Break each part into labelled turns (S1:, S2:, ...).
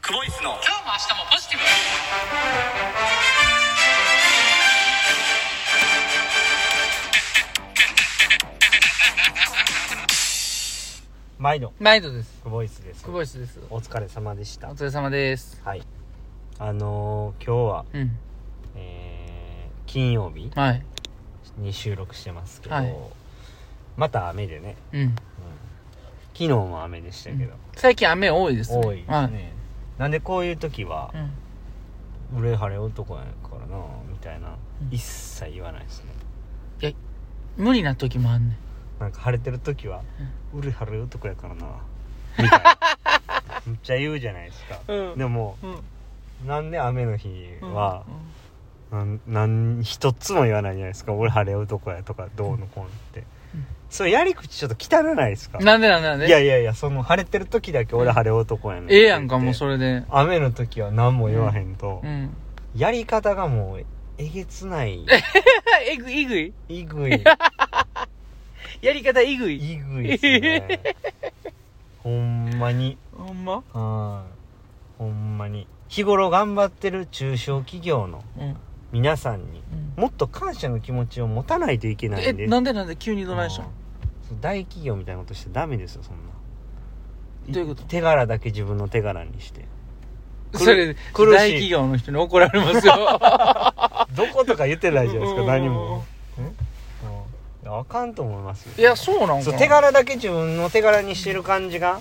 S1: クボイスの
S2: 今日も明日もポジティブ
S1: 毎度
S2: 毎度です
S1: クボイスです
S2: 久保石です
S1: お疲れ様でし
S2: お
S1: た
S2: 疲れ様です
S1: はいあのー、今日は、
S2: うん
S1: えー、金曜日
S2: はい
S1: に収録してますけど、
S2: はい
S1: また雨でね、
S2: うん
S1: 昨日も雨でしたけど、
S2: 最近雨多いですね
S1: 多いですね、
S2: はい
S1: なんでこういう時は
S2: う
S1: 「
S2: ん
S1: 俺晴れ男やからな」みたいな、
S2: うん
S1: 一切言わないですね
S2: 無理な時もあんねん
S1: なんか晴れてる時は「俺晴れ男やからな」みた いなめっちゃ言うじゃないですか、
S2: うん
S1: でも
S2: うん
S1: なんで雨の日
S2: うん
S1: は、なんなん一つも言わないじゃないですか俺晴れ男やとかどうのこうのって、
S2: うん
S1: それやり口ちょっと汚ないですか
S2: なんでなんでなんで
S1: いやいやいやその晴れてる時だけ俺晴れ男やねんって
S2: え
S1: 言っ
S2: え
S1: て
S2: やんかもうそれで
S1: 雨の時は何も言わへんと、
S2: うん
S1: やり方がもうえげつない
S2: えぐいえぐい
S1: いぐ い
S2: やり方えぐい
S1: いぐいっすねほんまに
S2: ほんま
S1: はいほんまに日頃頑張ってる中小企業の
S2: うん
S1: 皆さんに
S2: うん
S1: もっと感謝の気持ちを持たないといけない
S2: え
S1: んです
S2: なんでなんで急にどないした
S1: うん
S2: の
S1: そう大企業みたいなことしてダメですよそんな
S2: どういうこと
S1: 手柄だけ自分の手柄にして苦
S2: それ
S1: 苦しい
S2: 大企業の人に怒られま すよ
S1: どことか言ってないじゃないですか
S2: うん
S1: 何もうんあかんと思いますよ
S2: いやそうなんか
S1: そう
S2: な
S1: 手柄だけ自分の手柄にしてる感じが
S2: う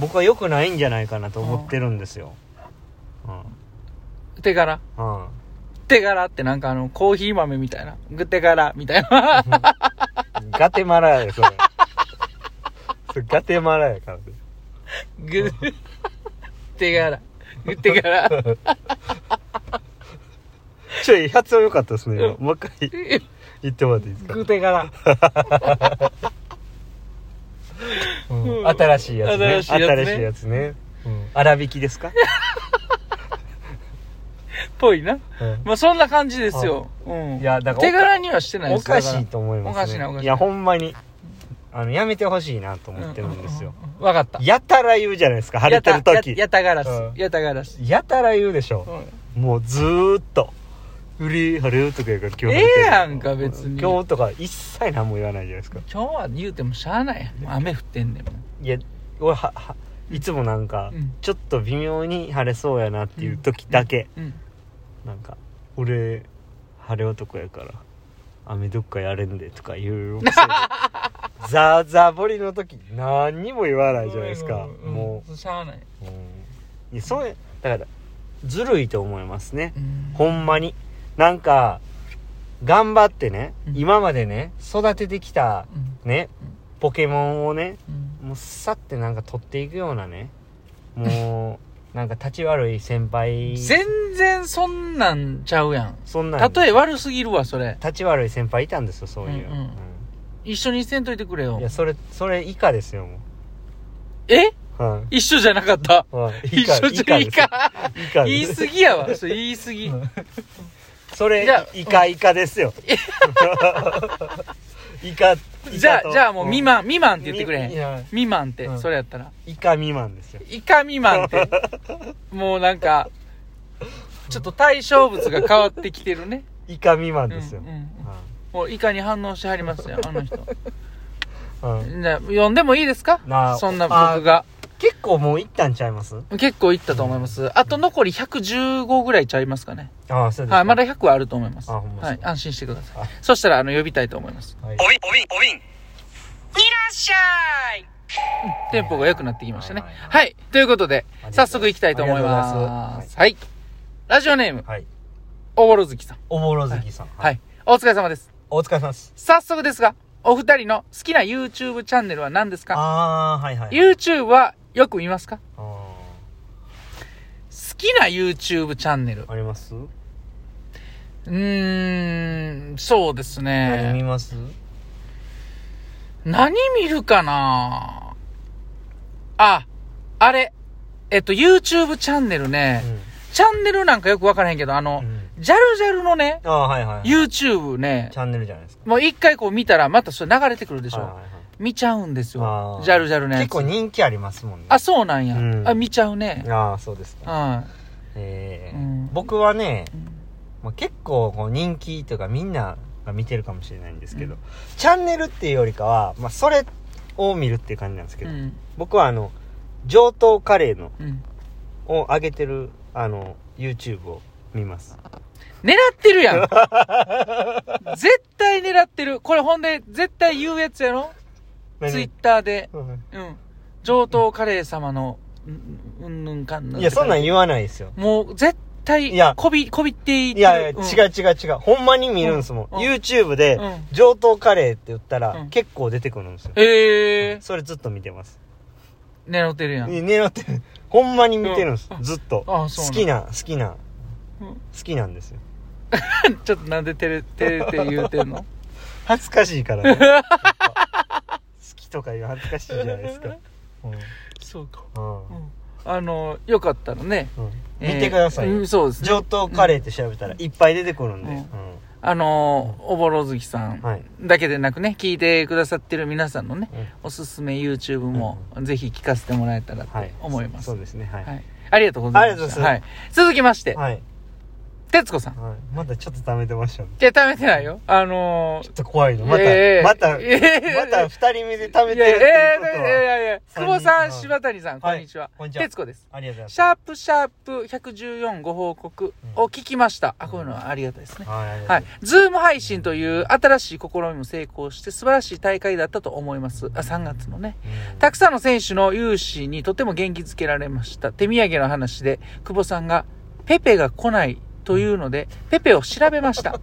S1: 僕は良くないんじゃないかなと思ってるんですようん
S2: 手柄
S1: んうん
S2: 手柄ってなんかあのコーヒー豆みたいなグ手柄みたいな
S1: ガテマラやでそれそれガテマラやからね
S2: グ手柄グ手柄
S1: ちょい発音良かったですね今もう一回 言ってもらっていいですか
S2: グ手柄
S1: うん
S2: うん
S1: 新しいやつね
S2: 新しいやつね
S1: 新しいやつね、うん、粗挽き ですか、
S2: ぽいな
S1: うん
S2: まあそんな感じですよ、うん、
S1: いやだから
S2: 手柄にはしてないで
S1: お
S2: す
S1: かしいと思います、ね、
S2: おかしいなおかしいない
S1: やほんまにあのやめてほしいなと
S2: だから
S1: 思ってるんですよ、
S2: うんうんうんわかった
S1: やたら言うじゃないですか晴れてる時
S2: やたやたガラス、
S1: うん
S2: やたガラス、
S1: やたら言うでし
S2: う
S1: ょ、
S2: ん
S1: もうずーっと「売り晴れる」とかやから今日晴れてる
S2: ええやんか別に
S1: 今日とか一切何も言わないじゃないですか
S2: 今日は言うてもしゃあないやんもう雨降ってんねんもん
S1: いや俺ははいつもなんか、
S2: うん
S1: ちょっと微妙に晴れそうやなっていう時だけ、
S2: うん
S1: なんか「俺晴れ男やから雨どっかやれんで」とか言うザーザーボリの時何にも言わないじゃないですか、
S2: うん
S1: も
S2: うんしゃあない、
S1: う、うんいやそうやだからずるいと思いますね
S2: う、ん
S1: ほんまになんか頑張ってね、
S2: うん
S1: 今までね育ててきた
S2: うん
S1: ね
S2: うん
S1: ポケモンをね
S2: うん
S1: もうさってなんか取っていくようなねもうなんか立ち悪い先 輩
S2: 全然そんなんちゃうやん
S1: そんなん
S2: 例え悪すぎるわそれ
S1: 立ち悪い先輩いたんですよそういう、
S2: うんうん一緒にせんといてくれ
S1: う
S2: よ
S1: んいやそれそれ以下ですよも
S2: え
S1: うはい
S2: 一緒じゃなかった
S1: はい以
S2: 一
S1: 下
S2: 緒じゃ
S1: 以
S2: い
S1: 下
S2: か
S1: です以下
S2: 言い
S1: です
S2: 過ぎやわそれ言い過ぎ
S1: うんそれ
S2: じゃあ
S1: 以下以下ですよ 以下以
S2: じゃ
S1: 下
S2: あ
S1: と
S2: じゃあもう未満未満って言ってくれ
S1: みい
S2: へん
S1: や
S2: 未満って
S1: うん
S2: それやったら
S1: 以下未満ですよ
S2: イカ未満ってもうなんかちょっと対象物が変わってきてるね
S1: 以下未満
S2: うん う
S1: ですよ、
S2: ん
S1: はい
S2: もうイカに反応しはります よあの人
S1: うん
S2: じゃあ呼んでもいいですか
S1: なあ
S2: そんな僕が
S1: 結構もういったんちゃいます
S2: 結構いったと思いますあと残り115ぐらいちゃいますかね
S1: ああそうですか
S2: はい、まだ100はあると思います。
S1: あほんまです
S2: は
S1: か
S2: い、安心してくださ
S1: あ
S2: い。そしたら、あの、呼びたいと思います。
S1: は
S3: お
S1: い
S3: びん、おびん、おびん。
S2: いらっしゃいテンポが良くなってきましたね。
S1: はいはい
S2: はい、ということ
S1: あ
S2: で
S1: りがとうございま、す
S2: 早速行きたいと思い
S1: ありがとうござい
S2: ま
S1: ます
S2: す。はい。ラジオネーム、
S1: はい
S2: おぼろずきさん。
S1: おぼろ月さん
S2: はい、お疲れ様です。
S1: お疲れ様です
S2: 早速ですが、お二人の好きな YouTube チャンネルは何ですか
S1: ああはいはい
S2: ?YouTube はよく見ますか
S1: あ
S2: 好きな YouTube チャンネル。う
S1: ーあります
S2: ーん、そうです
S1: 何見
S2: ね。
S1: ます
S2: 何見るかなあ、あれ。えっと、YouTube チャンネルね、チャンネルなんかよくわからへんけど、あの、
S1: うん
S2: ジャルジャルのね、
S1: ああはいはいはい
S2: YouTube ね
S1: チ、ャンネルじゃないですか
S2: もう一回こう見たらまたそれ流れてくるでしょ。
S1: はいはいはい
S2: 見ちゃうんです
S1: あ
S2: よ
S1: ー
S2: ジャルジャルのやつ
S1: 結構人気ありますもんね
S2: あそうなんや、
S1: うん
S2: あ見ちゃうね
S1: ああそうですか、
S2: は
S1: えー
S2: うん
S1: 僕はね
S2: い、
S1: まあ、結構こう人気というかみんなが見てるかもしれないんですけど、
S2: うん
S1: チャンネルっていうよりかは、まあ、それを見るっていう感じなんですけ
S2: う
S1: ど、
S2: ん
S1: 僕はあの上等カレーの
S2: うん、
S1: を上げてるあの YouTube を見ます
S2: 狙ってるや ん絶対狙ってるこれほんで絶対言うやつやろツイッターで
S1: うん
S2: うん上等カレー様のうんうんぬんかんぬん
S1: いやそんなん言
S2: わ
S1: わないですよ
S2: もう絶対
S1: いや
S2: こびこびっていって
S1: いやいや、
S2: うん
S1: 違う違う違うほんまに見るんですもん、
S2: うんうん
S1: YouTube で、
S2: うん
S1: 上等カレーって言ったら、
S2: うん
S1: 結構出てくるんですよ、
S2: ええ
S1: それずっと見てます
S2: 狙ってるやん、
S1: 狙ってるほんまに見てるんです、
S2: うん
S1: ずっと
S2: あそう
S1: 好
S2: なん
S1: きな好きな
S2: うん
S1: 好きなんですよ
S2: ちょっとなんで照れ、照れて言うてんの
S1: 恥ずかしいから ねやっぱ好きとかいう恥ずかしいじゃないですか、うん
S2: そうか。
S1: うん
S2: うん。あの、よかったらね。
S1: うん
S2: えー
S1: 見てくださいよ、
S2: うんそうですね。
S1: 上等カレーって調べたらいっぱい出てくるんで、
S2: うん
S1: うん
S2: あの、おぼろずきさん
S1: はい、
S2: だけでなくね、聞いてくださってる皆さんのね、
S1: うん
S2: おすすめ YouTube も、ぜひ聞かせてもらえたらと
S1: はい、
S2: 思います。
S1: そ
S2: は
S1: うですねはい、はい
S2: い。ありがとうございま
S1: ありがとうご
S2: す。
S1: ざいます
S2: はい。続きまして、
S1: はい
S2: 徹子さん。
S1: まだちょっと貯めてましたね
S2: いや、貯めてないよ。あの
S1: ちょっと怖いのまた、
S2: いやいやいや
S1: また、
S2: いやいやいや
S1: また2人目で貯
S2: ー、
S1: め
S2: い
S1: てるっ
S2: やい
S1: て
S2: や
S1: い
S2: い
S1: うことは、
S2: やいやいや、
S1: 三
S2: 久
S1: 人
S2: 保さん、
S1: はい
S2: 柴谷さん、こんにちは。
S1: こんにちは
S2: 徹子です。
S1: ありがとうご
S2: シ
S1: ざい
S2: ャープシャープ114ご報告を聞きました。あ、こういうのはありがたいです
S1: ま
S2: ね
S1: す。はいありがとうござ
S2: はいい。ズーム配信という新しい試みも成功して素晴らしい大会だったと思います。あ、3月のね。
S1: ますうん
S2: たくさんの選手の勇姿にとても元気づけられました。手土産の話で、久保さんが、ペペが来ないというので、ペペを調べ ました。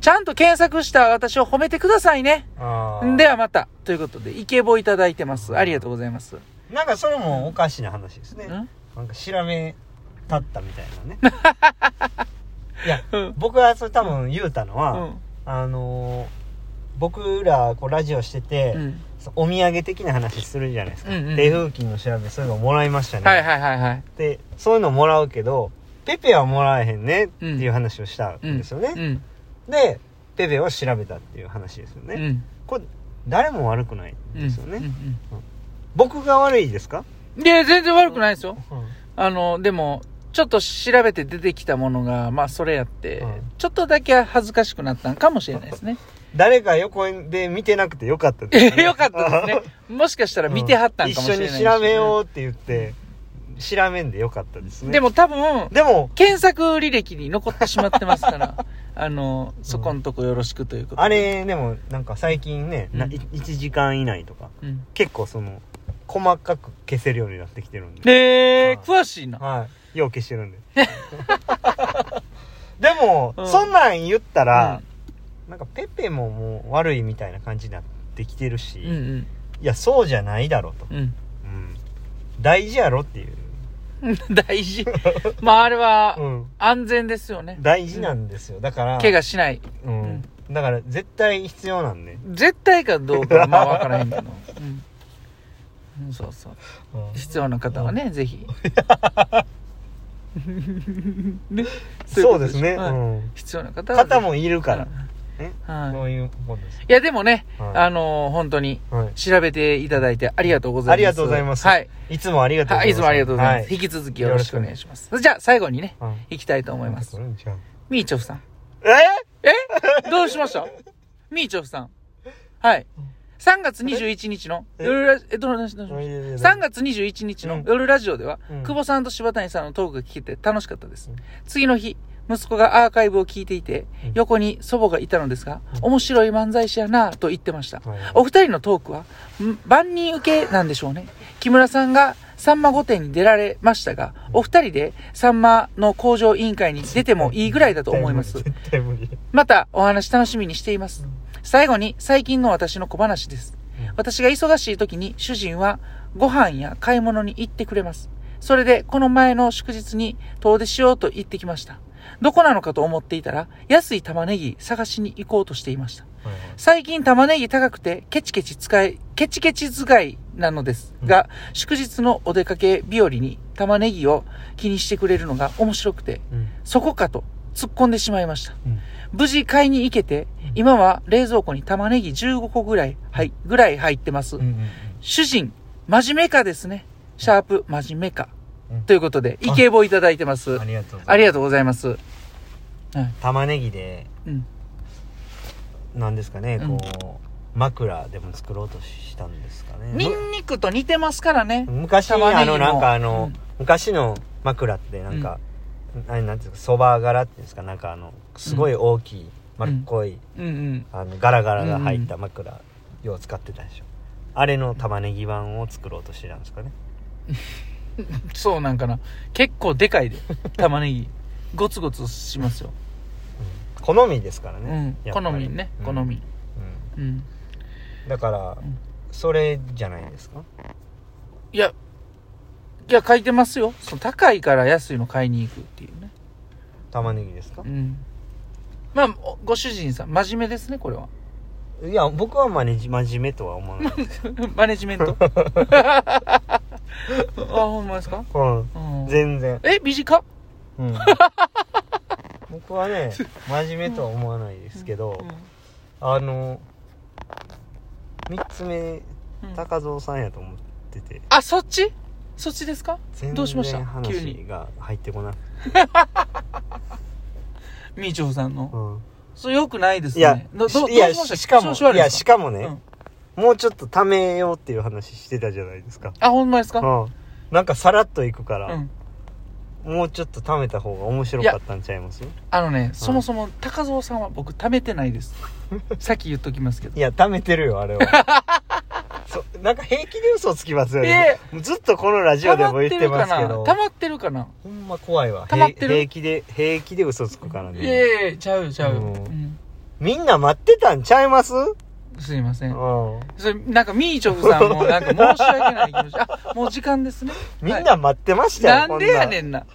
S2: ちゃんと検索した私を褒めてくださいね。
S1: あー
S2: ではまた。ということで、イケボいただいてます。ありがとうございます。
S1: なんかそれもおかしな話ですね
S2: ん
S1: なんか調べたったみたい なねいや
S2: うん。
S1: 僕はそれ多分言うたのは、
S2: うん。
S1: あのー僕らこうラジオしてて、
S2: うん。
S1: お土産的な話するじゃないですか、
S2: うんうん
S1: 手風琴の調べそういうのもらいましたね、
S2: はいはいはいはい。
S1: でそういうのもらうけどペペはもらえへんねっていう話をしたん
S2: うん。
S1: ですよね、
S2: うん。
S1: でペペを調べたっていう話ですよね、
S2: うん。
S1: これ誰も悪くない
S2: うんん
S1: ですよね、
S2: うんうん
S1: 僕が悪いですか、
S2: いや、全然悪くないですよ。あの、でも、ちょっと調べて出てきたものが、まあ、それやって、
S1: うん
S2: ちょっとだけ恥ずかしくなったんかもしれないです ね。
S1: 誰か横で見てなくてよかったですね
S2: え よかったですね。もしかしたら見てはったんかもしれないし、
S1: 一緒に調べようって言って調べんでよかったですね
S2: でも多分、
S1: でも
S2: 検索履歴に残ってしまってます から、あの、そこんとこよろしくということで。
S1: あれでもなんか最近ね、な
S2: うん
S1: 1時間以内とか
S2: うん。
S1: 結構その細かく消せるようになってきてるんで、
S2: えー、詳しいな。
S1: はいよう消して るんででも、
S2: うん
S1: そんなん言ったら
S2: うん、
S1: なんかペペももう悪いみたいな感じになってきてるし、
S2: うんうん
S1: いやそうじゃないだろうと、
S2: うん。
S1: うん、大事やろっていう、
S2: 大事。まあ、あれは、
S1: うん、
S2: 安全ですよね。
S1: 大事なんですよだから
S2: 怪我しない。
S1: うんだから絶対必要なんで、
S2: 絶対かどうかはまあ分からへんけど、うんうん、そうそう必要な方はね、ぜひね
S1: そうですね、
S2: はい
S1: うん、
S2: 必要な方はぜひ
S1: 方もいるから、ね
S2: はい
S1: そういうことです
S2: いやでもね、
S1: はい
S2: あのー本当に
S1: はい
S2: 調べていただいてありがとうございます
S1: ありがとうございます
S2: はい、
S1: いつもありがとうござ
S2: は
S1: ます。
S2: いい、いつもありがとうございます、
S1: は
S2: 引き続きよろしくお願いしますじゃあ最後にね
S1: はい
S2: 行きたいと思います
S1: なんかあるんちゃう
S2: みーちょふさん
S1: え
S2: え どうしましたみーちょふさんはい3月21日の
S1: え
S2: 夜ラジえどの話どうしました3月21日
S1: う
S2: の
S1: ん
S2: 夜ラジオでは、
S1: うん
S2: 久保さんと柴谷さんのトークが聞けて楽しかったです、
S1: うん
S2: 次の日息子がアーカイブを聞いていて、
S1: うん
S2: 横に祖母がいたのですが、
S1: うん
S2: 面白い漫才師やなぁと言ってました、
S1: はい
S2: お二人のトークはん万人受けなんでしょうね木村さんが「さんま御殿」に出られましたがお二人で「さんま」の向上委員会に出てもいいぐらいだと思います
S1: 絶対無理。絶
S2: またお話楽しみにしています
S1: うん
S2: 最後に最近の私の小話です
S1: うん
S2: 私が忙しい時に主人はご飯や買い物に行ってくれますそれでこの前の祝日に遠出しようと言ってきましたどこなのかと思っていたら安い玉ねぎ探しに行こうとしていました
S1: 対無理。
S2: 最近玉ねぎ高くてケチケチ使い、ケチケチ使いなのですが、祝日のお出かけ日和に玉ねぎを気にしてくれるのが面白くて、
S1: うん
S2: そこかと突っ込んでしまいました。
S1: うん
S2: 無事買いに行けて、今は冷蔵庫に玉ねぎ15個ぐらい、はい、ぐらい入ってます。
S1: うんうん
S2: 主人、真面目かですね。シャープ、真面目か
S1: うん。
S2: ということで、イケボいただいてます
S1: うんあ。りがとうござ
S2: あ
S1: い
S2: り
S1: ます
S2: がとうございます。はい。
S1: 玉ねぎで
S2: うん。
S1: なんですかね
S2: うん
S1: こう枕でも作ろうとしたんですかね
S2: ニンニクと似てますからね。
S1: 昔
S2: 玉ねぎも
S1: あのなんかあの、
S2: うん
S1: 昔の枕ってなんか、あれなんていうんですかそば柄っていうんですかなんかあのすごい大きい丸っこい、
S2: うんうん。
S1: あのガラガラが入った枕を使ってたでしょ、あれの玉ねぎ版を作ろうとしてたんですかね
S2: そうなんかな。結構でかいで。玉ねぎ。 ゴツゴツしますよ。
S1: 好みですから
S2: う
S1: ね
S2: ん、。
S1: やっ
S2: 好
S1: ぱり
S2: みね。
S1: うん
S2: 好み。
S1: う
S2: うん。
S1: んだから
S2: ん
S1: それじゃないですか
S2: いや、いや、書いてますよ。その高いから安いの買いに行くっていうね。
S1: 玉ねぎですか
S2: う、ん。まあ、おご主人さん、真面目ですね、これは。
S1: いや僕はまあね真面目とは思わないです
S2: マネジメン ト。あ、ほんまですか
S1: うん
S2: うん。
S1: 全然、
S2: え、短っ
S1: うん 僕はね真面目とは思わないですけど、あの3つ目
S2: うんうん
S1: 高蔵さんやと思ってて
S2: あ、そっちそっちですか
S1: 全
S2: どうしました
S1: 然
S2: 急
S1: 話
S2: に
S1: が入ってこなくて、
S2: みーちょさんの。
S1: うん
S2: それよくないです
S1: いや
S2: ね。ど、ど、どう
S1: い
S2: しま
S1: や
S2: した
S1: しかも
S2: 調子悪
S1: い
S2: いで
S1: や
S2: す
S1: し
S2: か
S1: かもね、もうちょっと貯めようっていう話してたじゃないですか
S2: あ、ほんまですか
S1: うんなんかさらっといくか
S2: う
S1: ら、
S2: ん。
S1: もうちょっと貯めた方が面白かったんちゃいますい
S2: あのね、そもそも高蔵さんは僕貯めてないです。 さっき言っときますけど。
S1: や貯めてるよあれは そなんか平気で嘘つきますよね、ずっとこのラジオ
S2: 溜
S1: で
S2: ま
S1: も
S2: っ
S1: 言ってて
S2: るか
S1: ますけ
S2: な
S1: ど
S2: 溜まってるかな
S1: ほんま怖いわ
S2: 溜まって
S1: へ
S2: る
S1: 平気で平気で嘘つくから
S2: い
S1: ね
S2: やいやいやちゃうよちゃうよ。
S1: うん
S2: うん
S1: みんな待ってたんちゃいますうん
S2: すいません。
S1: み
S2: それ、なんか、ミーチョフさんも、なんか、申し訳ない気持ち。あ、もう時間ですね。
S1: んな待ってましたよ、
S2: なんでやね
S1: ん
S2: んな。